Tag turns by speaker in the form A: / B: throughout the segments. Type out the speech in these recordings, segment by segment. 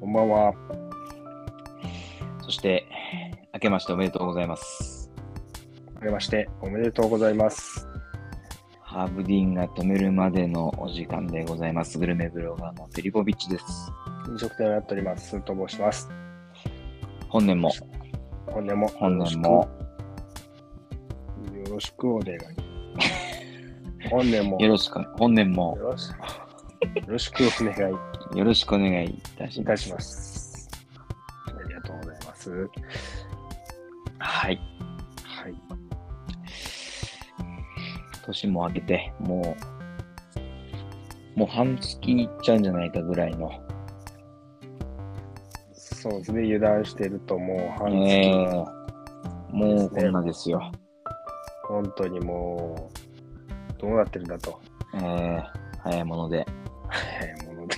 A: ばんは。
B: そして、明けましておめでとうございます。
A: あけまして、おめでとうございます。
B: ハーブディーンが止めるまでのお時間でございます。グルメブロガーのペリコビッチです。
A: 飲食店をやっております。スーと申します。
B: 本年も、
A: 本年も、
B: 本年も、
A: よろしくお願い。本年も、
B: よ
A: よ
B: ろしく、本年も、
A: ろしよろしくお願い
B: よろしくお願いいたし
A: い
B: ま
A: た
B: す。
A: します。ありがとうございます。は
B: はい。
A: い。
B: 年も明けて、もう、もう半月いっちゃうんじゃないかぐらいの、
A: そうですね、油断してるともう半月、
B: えーもうこんなですよ。
A: 本当にもう、どうなってるんだと。
B: えー早いもので。
A: 早いもので。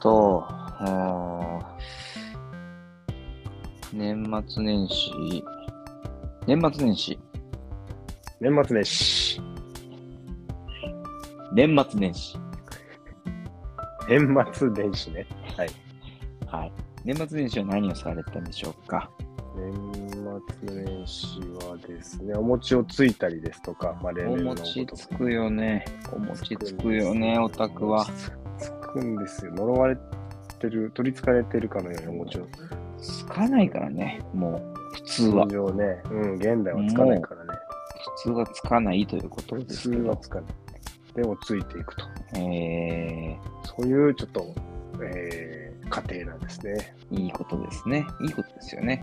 B: と、あー年末年始、年末年始、
A: 年末年始、
B: 年末年始。
A: 年末年始ね。
B: はい。年末年始は何をされたんでしょうか
A: 年末年始はですね、お餅をついたりですとか、まあ、例
B: お
A: 年の
B: 餅つくよね。お餅つくよね、
A: お
B: オタクは。
A: つつくんですよ。呪われてる、取りつかれてるかのようにお餅を。
B: つかないからね、もう、普通は
A: 通。常ね、うん、現代はつかないからね。
B: 普通はつかないということ
A: 普
B: で
A: 通
B: すけ
A: は
B: ど。
A: つかない。でもついていくと。
B: え
A: そういうちょっと、えー、過程なんですね。
B: ー、いいことですね。いいことですよね。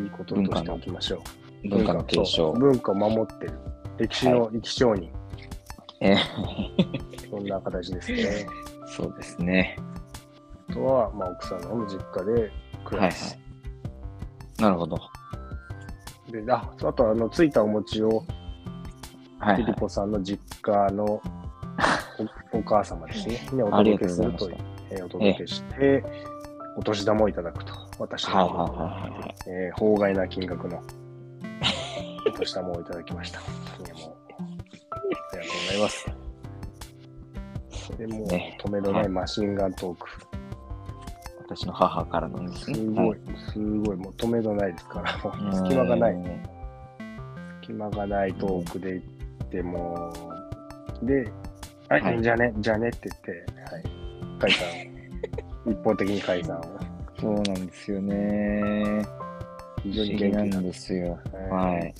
A: いいこととしておきましょう。
B: 文化の継
A: そう
B: 承。
A: 文化を守ってる。歴史の生き証人。
B: えー
A: そんな形ですね。
B: そうですね。
A: あとは、まあ、奥さんの実家で暮
B: はいは
A: らす。
B: い。なるほど。
A: で、あ、あとあの、ついたお餅を、
B: は
A: ピ
B: い、は
A: リ
B: い。
A: ポさんの実家のお お母様 ですね。にお
B: あり
A: 届
B: がとうご
A: け
B: ざ
A: す
B: いまし
A: るという
B: た。
A: えーお届けして、お年玉をいただくと。私
B: はいは
A: の
B: いはいはいはい。
A: 方、えー法外な金額のお年玉をいただきました。本当にもうありがとうございます。でもう、
B: ね
A: 止めどないマシンガントーク。
B: 私の母からのです
A: す
B: ね。
A: ご、
B: はい
A: すごい、もう止めどないですから、もう隙間がない。
B: うん
A: 隙間がないトークで行っても、で、はい、
B: はい
A: じゃあね、じゃあねって言って、はい、解散を。一方的に解散を。
B: そうなんですよね。
A: 非
B: 非
A: 常
B: 常
A: に
B: に
A: 元気
B: なんですよ。はい。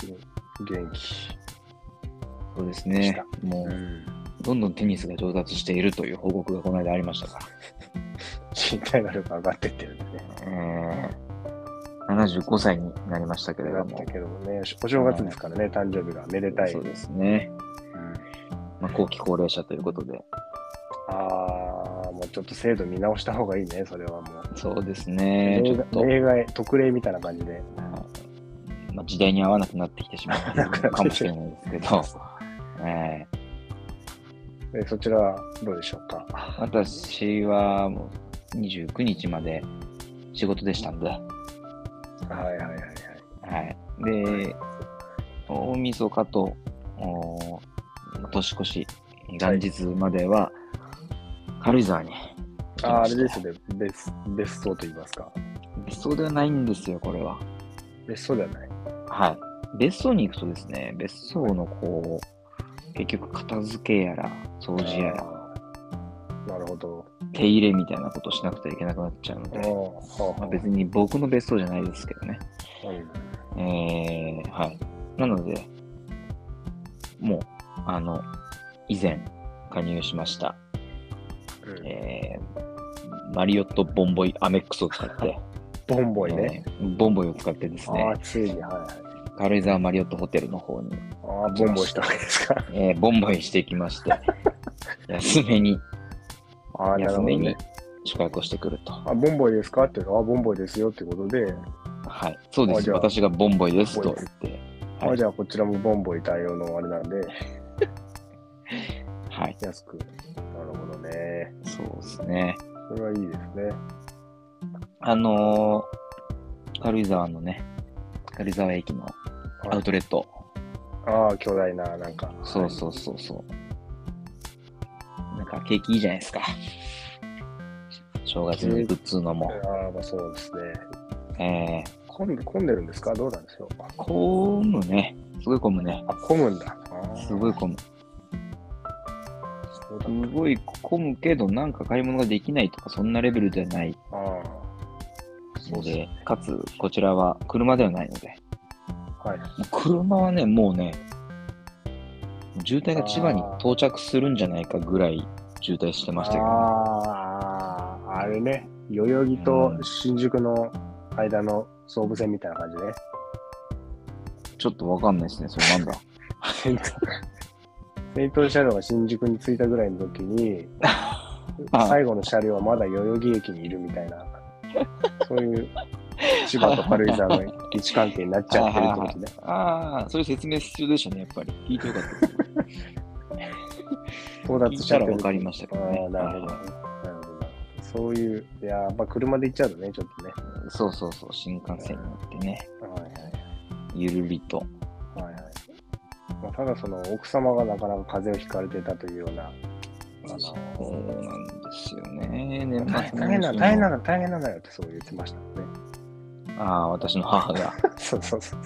A: 元気。
B: そうです
A: でし
B: ね
A: た。
B: も
A: う
B: う、
A: ん。
B: どんどんテニスが上達しているという報告がこの間ありましたか
A: 身体能力上がってってるんでね。
B: ら。えー、75歳になりましたけれ
A: だ
B: ど
A: っ
B: も。
A: たけどもね、お正月ですからね、誕生日がめでたい。
B: そうですね。
A: うん
B: まあ、後期高齢者ということで。
A: ああ、もうちょっと制度見直した方がいいね、それはもう。
B: そうですね。ち
A: 例
B: ょっと
A: 外、例外、特例みたいな感じで。
B: まあ、時代に合わなくなってきてしまうのかもしれないですけ ど。えー
A: でそちらはどうでしょうか。
B: 私はもう29日まで仕事でしたんで、は
A: はいはいはいはい。
B: い、で、大晦日とおー年越し、元日までは軽井沢に行き
A: ああ
B: ま
A: れ
B: した
A: ですね、別別荘と言いますか。
B: 別荘ではないんですよ、これは。
A: 別荘ではない。
B: はい。別荘に行くとですね、別荘のこう、結局片付けやら、掃除やら、
A: あーなるほど。
B: 手入れみたいなことをしなくてはいけなくなっちゃうの
A: あ
B: で、
A: ーはあ
B: まあ、
A: は
B: 別に僕の別荘じゃないですけどね。
A: あうん
B: えー、はい。なので、もう、あの、以前加入しました、
A: うん
B: えー、マリオットボンボイアメックスを使って、
A: ボンボイね。
B: えーボンボイを使ってです
A: あ
B: ね
A: あ、、ついに、はいはい。
B: 軽井沢マリオットホテルの方に、
A: ああ、ボンボイしたわけで すか。
B: えー、ボンボイしてきま して、安めに、
A: ああ、なる
B: 安
A: ほ
B: め
A: ど
B: に
A: ね。
B: 宿泊をしてくると。
A: あ、ボンボイですかっていうのは、あボンボイですよってことで、
B: はい。そうで
A: あじ
B: す。
A: ゃあ
B: 私がボンボイです
A: ボン
B: と
A: ボイ
B: 言って、
A: あじゃあこちらもボンボイ対応のあれなんで、
B: はい。
A: 安く。なるほどね。
B: そうですね。
A: それはいいですね。
B: あのー、軽井沢のね、軽井沢駅のアウトレット。
A: ああ、巨大な、なんか。
B: そうそうそうそう。なんか景気いいじゃないですか。正月にぶっつうのも。
A: ああ、まあそうですね。
B: えー、
A: 混んで混んでるんですかどうなんでしょうか。
B: 混むね。すごい混むね。
A: あ、混むんだ。あー
B: すごい混む。
A: そうだ
B: すごい混むけど、なんか買い物ができないとか、そんなレベルではない
A: ああ。
B: ので、かつ、こちらは車ではないので。
A: はい。
B: もう車はね、もうね、渋滞が千葉に到着するんじゃないかぐらい渋滞してましたけど、ね、
A: ああ、あれね。代々木と新宿の間の総武線みたいな感じね。
B: ちょっとわかんないですね、それなんだ。
A: 先頭先頭車両が新宿に着いたぐらいの時 に、
B: あ
A: 最後の車両はまだ代々木駅にいるみたいな、そういう千葉と軽井沢の位置関係になっちゃってるってこ とね。
B: ああ、そういう説明必要でしたね、やっぱり。聞いてよかったです。
A: 到
B: 聞
A: 達
B: い
A: しちゃ
B: たら
A: ってる
B: わかりましたけど
A: あ
B: ね
A: あ、。なるほど。なるほど。そういう、いや、まあ、車で行っちゃうとね、ちょっとね。
B: そうそうそう、新幹線に乗ってね、
A: はいは
B: ゆるりと。
A: い。はいはいまあ、ただ、その、奥様がなかなか風邪をひかれてたというような、あ
B: そ
A: の、
B: うなんですよね。年
A: 大
B: 末
A: 変大変なの、大変なの、大変なのよってそう言ってました ね。
B: ああ、私の母が。
A: そうそうそう。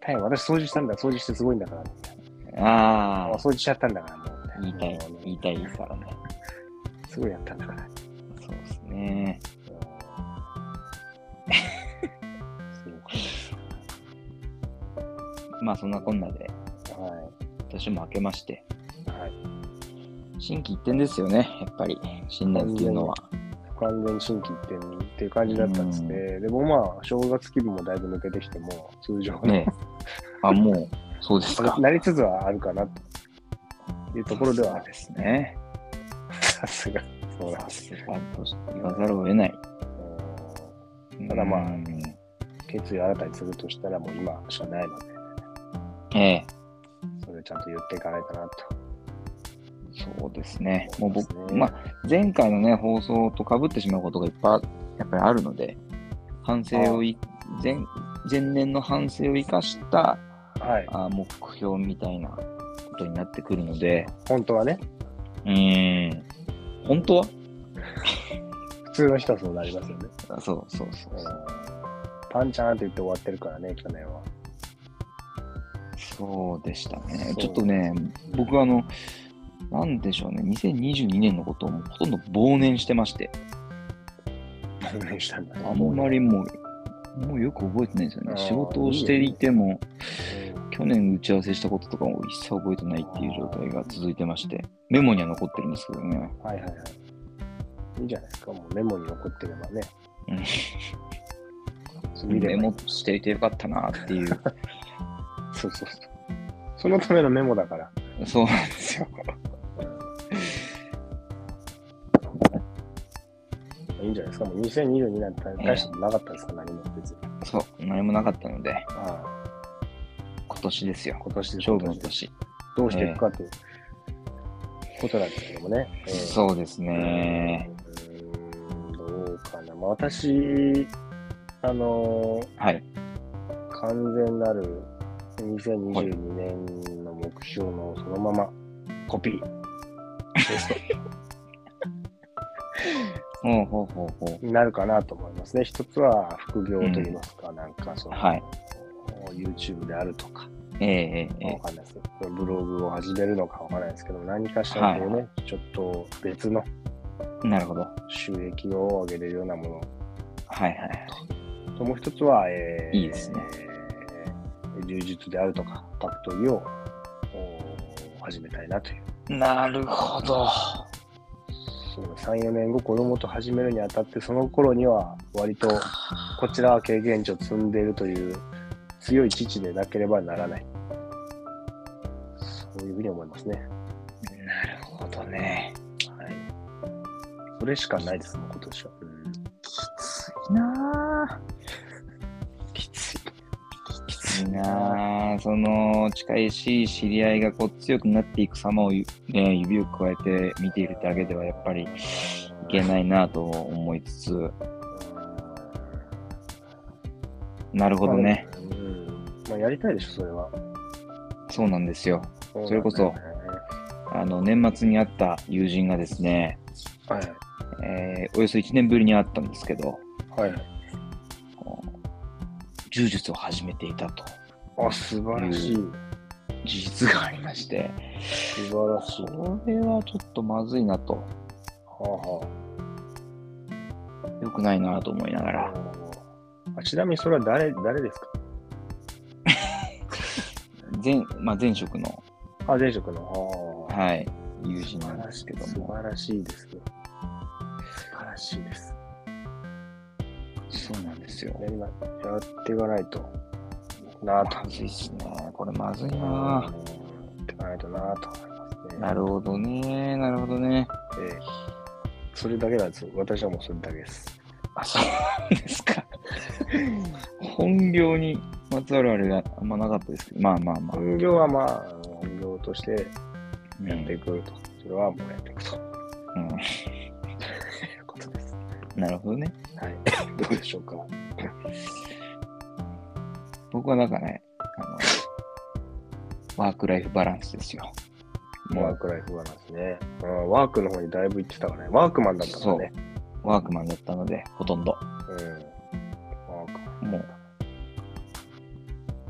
A: 大変、私掃除したんだ、掃除してすごいんだから、みたいな。
B: あ
A: もう
B: あ、
A: 掃除しちゃったんだから、もう。
B: 言いたい
A: もうね、
B: 言いたいからね。
A: すごいやったんだから。うん
B: そうですね。
A: そう
B: まあ、そんなこんなで、
A: か。は
B: 年も明けまして、
A: い。はい。
B: 新規一点ですよね、やっぱり、新年っていうのは。
A: 完全新規一点にっていう感じだったんですね。でもまあ、正月気分もだいぶ抜けてきても、通常に
B: ねあ、もう、そうですか。
A: なりつつはあるかなというところではあ
B: そう
A: る。
B: ですね。
A: さすが。そうなん
B: さ
A: です
B: す
A: よ。
B: がと言わざるを得ない。
A: ただまあ
B: うん
A: 決意を新たにするとしたら、もう今しかないので、
B: ええ、
A: それをちゃんと言っていかないとなと。
B: そうですね。もう僕、
A: そうですね
B: まあ、前回のね、放送とかぶってしまうことがいっぱい、やっぱりあるので、反省をい、前、前年の反省を生かした、
A: はい。
B: あ目標みたいなことになってくるので、
A: 本当はね、
B: うーん、本当は
A: 普通の人はそうなりますよね。
B: あそうそうそううそうん
A: パンチャーンって言って終わってるからね、去年は。
B: そうでした
A: そ
B: ね
A: う。
B: ちょっとね、僕はあの、なんでしょうね、2022年のことをもうほとんど忘年してまして、
A: 断念したんだね
B: あんまりもう、もうよく覚えてないんですよ
A: あー
B: ね。仕事をしていても、
A: うん
B: 去年打ち合わせしたこととかも一切覚えてないっていう状態が続いてまして、メモには残ってるんですけどね。
A: はいはいはい。いいじゃないですか、もうメモに残ってればね。
B: うん
A: 見
B: メ
A: れば
B: モしていてよかったなっていう。
A: そうそうそう。そのためのメモだから。
B: そうなんですよ。
A: いいんじゃないですか、もう2022なんて大したことなかったですから、何も別に。
B: そう、何もなかったので、
A: ああ
B: 今年ですよ。
A: 今年で
B: 勝負の
A: 今年
B: 年。
A: どうしていくかということなんですけどもね。ええ
B: そうですね。
A: うーんどうかな。まあ、私、あの
B: はい。
A: ー完全なる2022年の目標のそのままコピー
B: ほうほうほうほ。
A: になるかなと思いますね。一つは副業といいますか、なんかそうの、
B: はい。
A: YouTube であるとか、
B: えええええ
A: わかんないですけどブログを始めるのかわからないですけど、何かしらこうね、
B: は
A: ちょっと別の
B: えなるほど。はい
A: 収益を上げれるようなもの
B: はいはい。
A: ともう一つは、えー
B: いいですね
A: えー柔術であるとか、格闘技をおー始めたいなという。
B: なるほど。
A: そう3、4年後、子供と始めるにあたって、その頃には、割と、こちらは経験値を積んでいるという、強い父でなければならない。そういうふうに思いますね。
B: なるほどね。
A: はい。それしかないです、もう今年は。
B: な
A: きつい。き
B: あ。なあ。その、近いし、知り合いがこう強くなっていく様をゆ、ね、指を加えて見ているだけでは、やっぱりいけないなと思いつつ、なるほどね。
A: まあ。うんまあ、やりたいでしょ、それは。
B: そうなんですよ。
A: うなんだ
B: それ
A: よね
B: こそあの、年末に会った友人がですね、
A: はい。
B: えーおよそ1年ぶりに会ったんですけど、
A: はい。
B: こう柔術を始めていたと
A: あ、素晴らしい。
B: 事実がありまして、
A: 素晴らしい。
B: これはちょっとまずいなと、
A: は
B: 良くないなと思いなが
A: あは
B: ら、
A: あ。あちなみにそれは誰、誰ですか
B: 前まあ、前職の、
A: あ、前職の。ああ。
B: はい、友人な
A: 素晴
B: ん
A: ら
B: で
A: し
B: す
A: い
B: けど
A: 素
B: も、
A: 晴らしいですね。素晴らしいです。
B: そうなんですよ。
A: やりま、やっていかないと。なあと。
B: まずいっすね。これまずいな
A: うんやっていかないとなあと思いますね。
B: なるほどね。なるほどね。
A: ええそれだけなんですよ。私はもうそれだけです。
B: あ、そうなんですか。本業にまつわるあれがあんまなかったですけど、まあまあまあ。
A: 本業はまあ、本業として
B: うん
A: やっていくと。それはもうやっていくという
B: う
A: こと です。
B: ん、なるほどね。
A: はい。どうでしょうか。
B: 僕はなんかね、あの、ワークライフバランスですよ。も
A: ワー
B: う、
A: クライフバランスね。うん、ワークの方にだいぶ行ってたからね。ワークマンだったからね。
B: ワークマンだったので、ほとんど。
A: うん。ワークマン。
B: もう、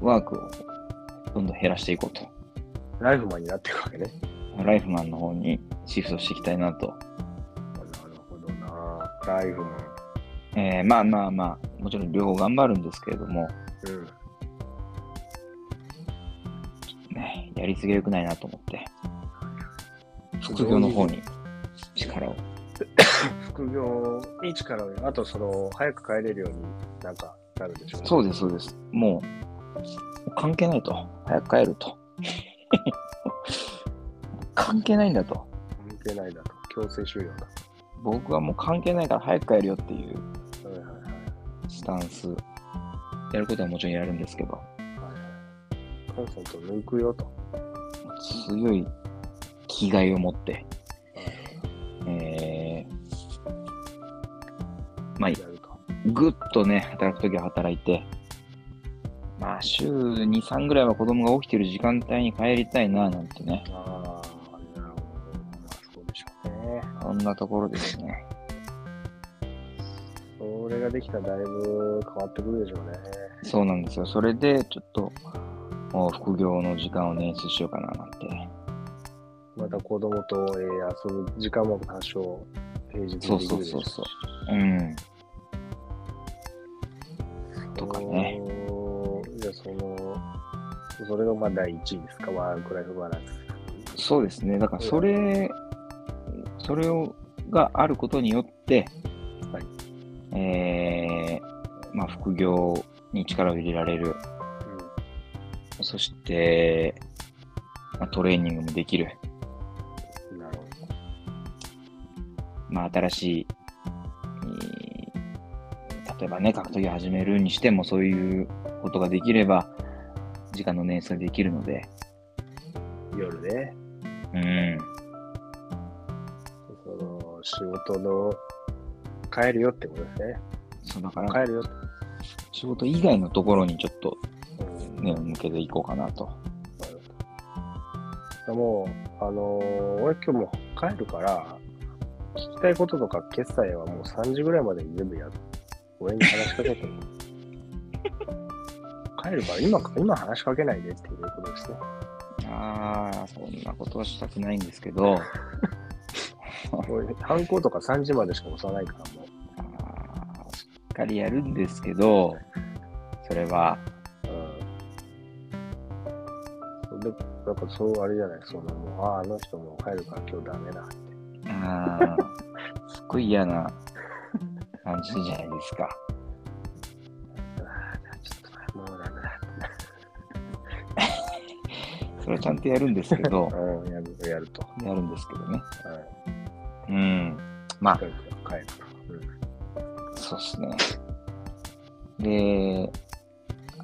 B: ワークをどんどん減らしていこうと。
A: ライフマンになっていくわけね。
B: ライフマンの方にシフトしていきたいなと。
A: なるほどな。ライフマン。
B: えーまあまあまあ、もちろん両方頑張るんですけれども、
A: うん。
B: ね、やりすぎは良くないなと思って、副業の方に力を。
A: 副業に力を入れあとその早く帰れるようになんかなるんでしょうね
B: そうです、そうです。もう、関係ないと。早く帰ると。 関係ないんだと。
A: 関係ないだと強制終了だ
B: 僕はもう関係ないから早く帰るよっていう
A: とはいはいはい
B: スタンス。やることはもちろんやるんですけど、
A: はいはいコンセント抜くよと
B: 強い気概を持って、えー、まあ
A: や、ると
B: ぐっとね、働くときは働いて、まあ、週2、3ぐらいは子供が起きてる時間帯に帰りたいな、なんてね、
A: ああなるほどまあそうでしょうね
B: そんなところです ね。
A: それができたらだいぶ変わってくるでしょうね
B: そうなんですよ。それで、ちょっと、もう副業の時間を捻出しようかな、なんて。
A: また子供と、えー、遊ぶ時間も多少平日にでき
B: そ
A: る
B: う
A: でし
B: そうそう
A: ょ
B: う
A: し
B: そう。うん。
A: そう
B: とかね
A: じゃあそのそれがまあ第一位ですかワークライフバランス
B: そうですね。だから、それ、それを、があることによって、
A: はい
B: えー、まあ、副業に力を入れられる。
A: うん
B: そして、まあ、トレーニングもできる。
A: なるほ
B: まあ、新しい、えー例えばね、格闘技を始めるにしても、そういうことができれば、時間の捻出ができるので、
A: ど。夜ね、
B: うん、
A: その仕事の帰るよってことです
B: そ
A: ね。
B: うだから、
A: 帰るよって。
B: 仕事以外のところにちょっと
A: うん
B: 目を向けていこうかなと。
A: なるほどもう、あのー俺今日もう帰るから、聞きたいこととか決済はもう3時ぐらいまでに全部やる。俺に話しかけて。帰るから今、今話しかけないでっていうことですね。
B: ああ、そんなことはしたくないんですけど、
A: 俺、犯行とか3時までしか押さないから、もう。
B: あーしっかりやるんですけど、それは、
A: うん。で、なんかそう、あれじゃない、その、もう、ああ、あの人もう帰るから今日ダメだって。
B: ああ、すっごい嫌な感じじゃないですか。
A: ああ、ちょっと、もうダメだ。
B: それはちゃんとやるんですけ ど、
A: うん、やる、やると。
B: やるんですけどね。
A: はい。
B: うん。まあ
A: 帰、るから、帰るか
B: そうですね。で、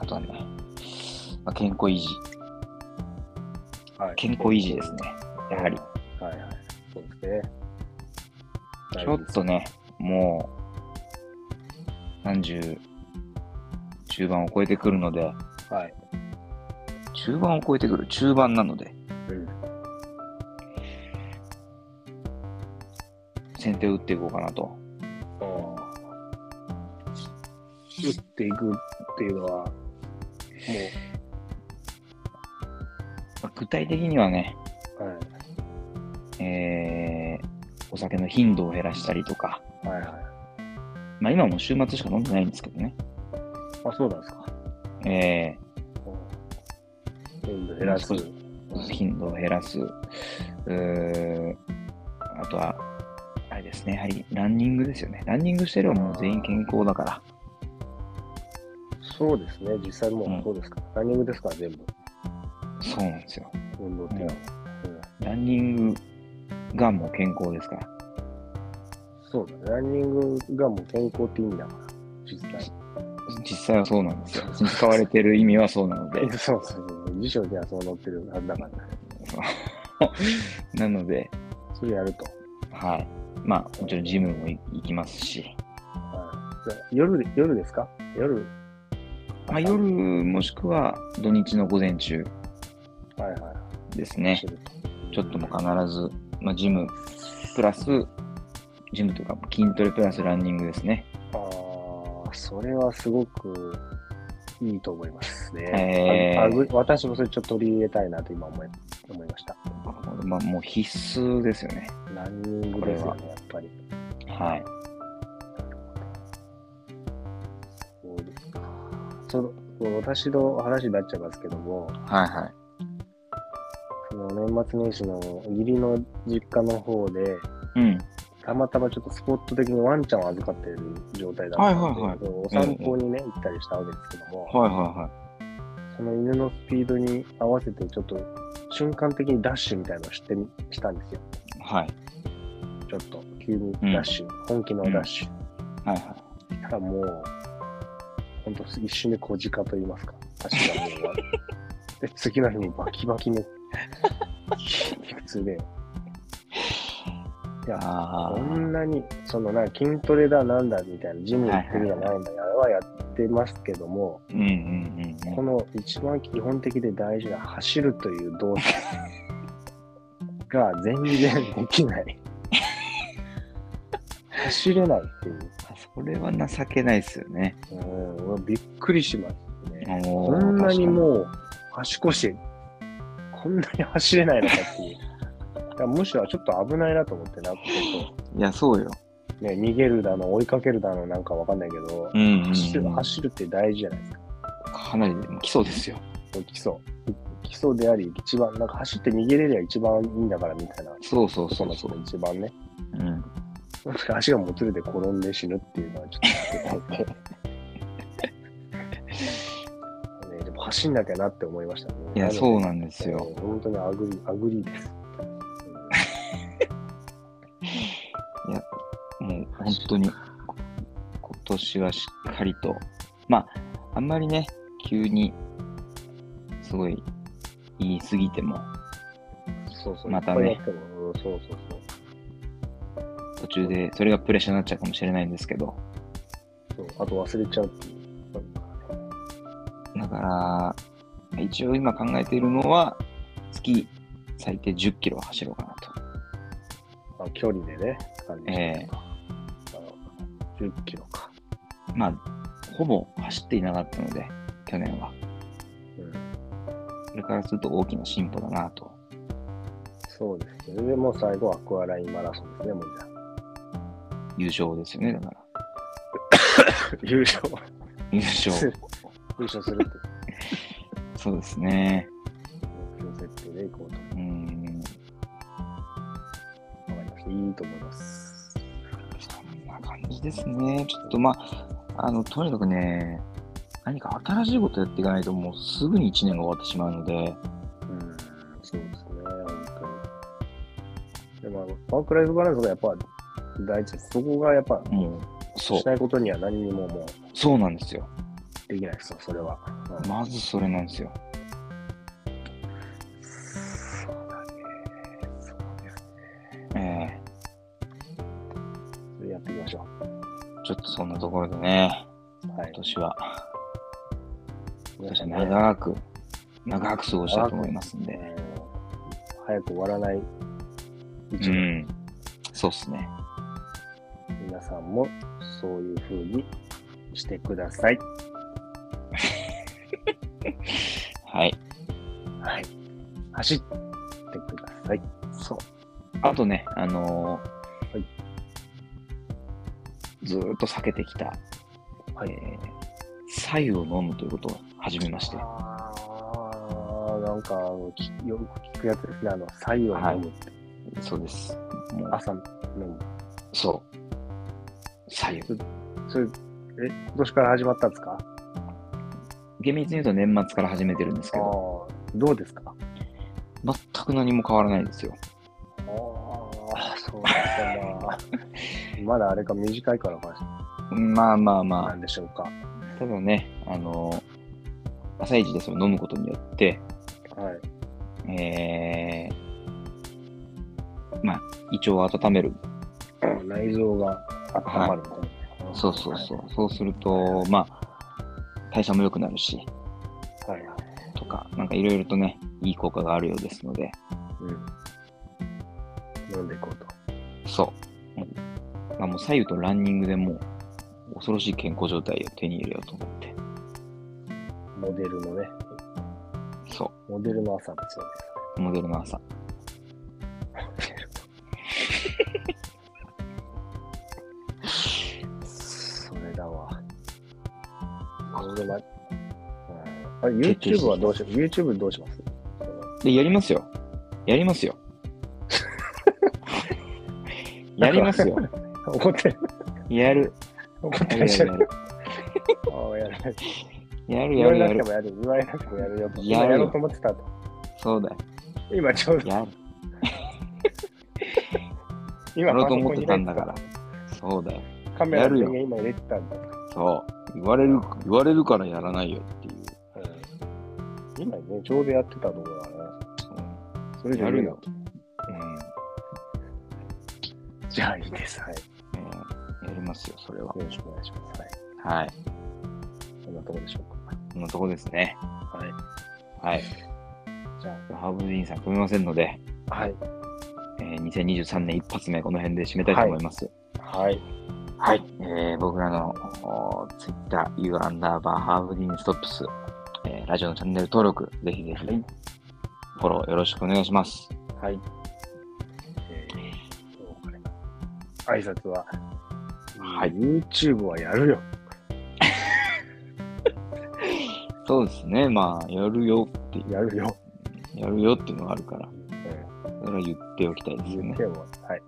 B: あとはね、まあ、健康維持。
A: ら。うん。はい。
B: 健康維持ですね。やはり。
A: はいはい。そうですね。
B: ちょっとね、もう、30、中盤を超えてくるので、
A: と。はい。
B: 中盤を超えてくる中盤なので、
A: うん。
B: 先手を打っていこうかなと。
A: 打っていくっていうのは、も
B: まあ具体的にはね、
A: う、はい、
B: えーお酒の頻度を減らしたりとか、
A: はいはい。
B: まあ今も週末しか飲んでないんですけどね。
A: あ、そうなんですか。
B: え
A: うん全部減らす。
B: そうー頻度を減らす。うーあとは、あれですね、やはりランニングですよね。ランニングしてるはもう全員健康だから。
A: そうですね、実際も
B: うん
A: うそうですから、ランニングですから、全部、
B: そうなんですよ。
A: 運動っていうのは。うん
B: ランニングがもう健康ですから。
A: そうだね、ランニングがもう健康って意味だから、実 際。
B: 実際はそうなんですよ。使われてる意味はそうなの で。
A: そうそうそう、辞書にはそう載ってるはずだから、
B: そうなので、
A: それやると。
B: はい。まあ、もちろんジムもい行きますし、
A: はいで夜で夜ですか夜、は
B: まあ、夜もしくは土日の午前中
A: いは
B: です
A: い、
B: ね
A: して。ると。
B: ちょっともう必ず、まあ、ジムプラス、ジムというか筋トレプラスランニングですね。
A: ああ、それはすごくいいと思います
B: へ
A: ね。
B: ー
A: ああぐ私もそれちょっと取り入れたいなと今思い思いました。
B: まあ、もう必須ですよね。
A: ランニングですよね、やっぱり。
B: はい。
A: そうですか。そのその私の話になっちゃいますけども、
B: はいは
A: その年末年始の義理の実家の方で、
B: い。うん。
A: たまたまちょっとスポット的にワンちゃんを預かっている状態だった
B: はい
A: ので、
B: はいはい
A: お散歩にね、行ったりしたわけですけども、
B: はいは
A: その犬のスピードに合わせてちょっと瞬間的にダッシュみたいなのをしてみしたんですよ。
B: いはい。はい。
A: ちょっと急にダッシュ、本気のダッシュ。
B: はいは
A: ただもう、ほんと一瞬で小鹿と言いますか。足がもう終わる。で、次の日もバキバキの筋肉痛で、
B: い。あ
A: こ
B: ー
A: んなに、そのなんか筋トレだなんだみたいな、ジム行ってるじゃないんだ、あれはやってますけども、
B: うんうんうん
A: こ
B: うん。
A: の一番基本的で大事な走るという動作が全然できない。走れないっていう。
B: それは情けないですよね。
A: うん、俺びっくりしますね。
B: こ
A: こんなにもう足腰、こんなに走れないのかっていう。いやむしろちょっと危ないなと思ってな、ちょっ
B: いや、そうよ。
A: と、ね、逃げるだの、追いかけるだの、なんかわかんないけど、
B: うんうん、
A: 走る
B: うん。
A: 走るって大事じゃないですか。
B: かなり基礎ですよ。
A: 基礎。基礎であり、一番、なんか走って逃げれりゃ一番いいんだからみたいな。
B: そうそう
A: そ
B: そ
A: の
B: うそ
A: 人が
B: う。
A: 一番ね。
B: うん。
A: もしか足がもつれて転んで死ぬっていうのはちょっ とね。でも走んなきゃなって思いましたね。
B: いや、そうなんですよ。
A: うん本当にアグリ、アグリです。
B: もう本当にこ今年はしっかりと、まあ、あんまりね、急にすごい言い過ぎても、
A: そうそう。
B: またね
A: いっぱいやってもうんそうそうそう。
B: 途中でそれがプレッシャーになっちゃうかもしれないんですけど、
A: そうあと忘れちゃうっていう。
B: だから、一応今考えているのは、月最低10キロ走ろうかなと。
A: まあ、距離でね、感じ
B: え
A: 10キロか。
B: まあ、ほぼ走っていなかったので、去年は。
A: うん、
B: これからすると大きな進歩だなと。
A: そうですね。でもう最後はアクアラインマラソンですね、もうじゃあ。
B: 優勝ですよね、だから。
A: 優勝。
B: 優 勝。
A: 優勝するって
B: そうですね。
A: 目標設定でいこうと
B: うん。
A: 思いました。いいと思います。
B: そんな感じですね。ちょっとまあ、あの、とにかくね、何か新しいことやっていかないと、もうすぐに1年が終わってしまうので、
A: うん、そうですね、本当に。でもあの、ワークライフバランスがやっぱ大事です。そこがやっぱ、
B: もう、そう
A: し、ないことには何にもも
B: そうなんですよ。
A: うできないですよ、それは。うん
B: まずそれなんですよ。
A: そうだね。そうです
B: ええ
A: それやっていきましょ
B: ちょっとそんなところでね、
A: う。は
B: 今。
A: い
B: 年は、今年は
A: ね
B: 長く、長く過ごしたいと思いますんで。
A: うん早く終わらない。
B: うん。そうっすね。
A: 皆さんもそういう風にしてください。
B: はい。
A: はい。走ってください。そう。
B: あとね、あのー
A: はい
B: ずーっと避けてきた、
A: は
B: えー、白湯を飲むということを始めまして、
A: ああ、なんか、きよく聞くやつですね。あの、白湯を飲むって、
B: そうです。もう
A: 朝飲む。
B: そう。白湯。
A: それ、え、今年から始まったんですか
B: 厳密に言うと年末から始めてるんです
A: あ
B: け
A: あ
B: ど、、
A: どうですか
B: 全く何も変わらないですよ。
A: ああ、そうだったな。 まだあれか短いからか
B: まあまあま
A: なんでしょうか。
B: あ、ただね、あのー朝一でそれを飲むことによって、
A: はい。
B: えー、まあ、胃腸を温める。
A: 内臓が温まるみたいな、
B: そうそうそう。そうすると、まあ、代謝も良くなるし、
A: はいはい。
B: とか、なんかいろいろとね、いい効果があるようですので、
A: うん。飲んでいこうと。
B: そう。うんまあ、もう左右とランニングでもう、恐ろしい健康状態を手に入れようと思って。
A: モデルのね、
B: そ
A: モデルの朝ですよね。
B: う。モデルの朝。
A: それだわ。俺ま、うんあれ YouTube はどうし、YouTube どうします
B: で、やりますよ。やり ますよ。やりますよ。
A: 怒ってる。
B: やる。
A: 怒っ
B: やる
A: てら
B: や
A: っしゃ
B: る
A: る。ああ、やらない。
B: やる
A: 言
B: や
A: われ
B: る
A: な
B: や
A: くて
B: る。
A: もやる。言われなくてもやるよと。
B: や
A: 今
B: るよ
A: やろうと思ってたと。
B: そうだよ。
A: 今ちょうど、
B: やる。
A: 今
B: やろうと思ってたんだから。そうだよ。
A: カメ
B: や
A: ラの
B: るよ
A: 電源今入れてたんだ。
B: そう。言われる、言われるからやらないよっていう。
A: うん今ね、ちょうどやってたところだからね。それじゃいい
B: やる
A: な
B: よ。うん。
A: じゃあいいです。はい。
B: えーやりますよ、それは。
A: よろしくお願いします。はい。
B: はい。
A: こんなところでしょう
B: こんなとこですね。
A: か。はい。
B: はい。
A: じゃ
B: ハーブディーンさん、組みませんので、
A: あ、はい。
B: えー2023年一発目、この辺で締めたいと思います。
A: はい。
B: はい。えー僕らのおー Twitter、U アンダーバー、ハーブディーンストップス、えーラジオのチャンネル登録、ぜひぜひ、
A: はい
B: フォローよろしくお願いします。
A: はい。えーどうかね挨拶は、
B: はい
A: YouTube はやるよ。
B: そうですね。まあ、やるよっていう、
A: やるよ。
B: やるよっていうのがあるから、
A: え
B: それは言っておきたいで
A: ー
B: すよ
A: 言
B: ね
A: っ。ても、はい。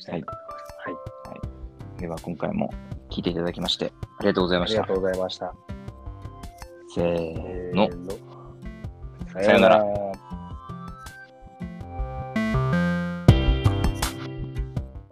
A: したいと思いま。
B: では、今回も聞いていただきまして、ありがとうございます
A: はい。
B: した
A: ありがと。うございました。
B: せー
A: え
B: の。
A: ーの
B: さよな
A: ら。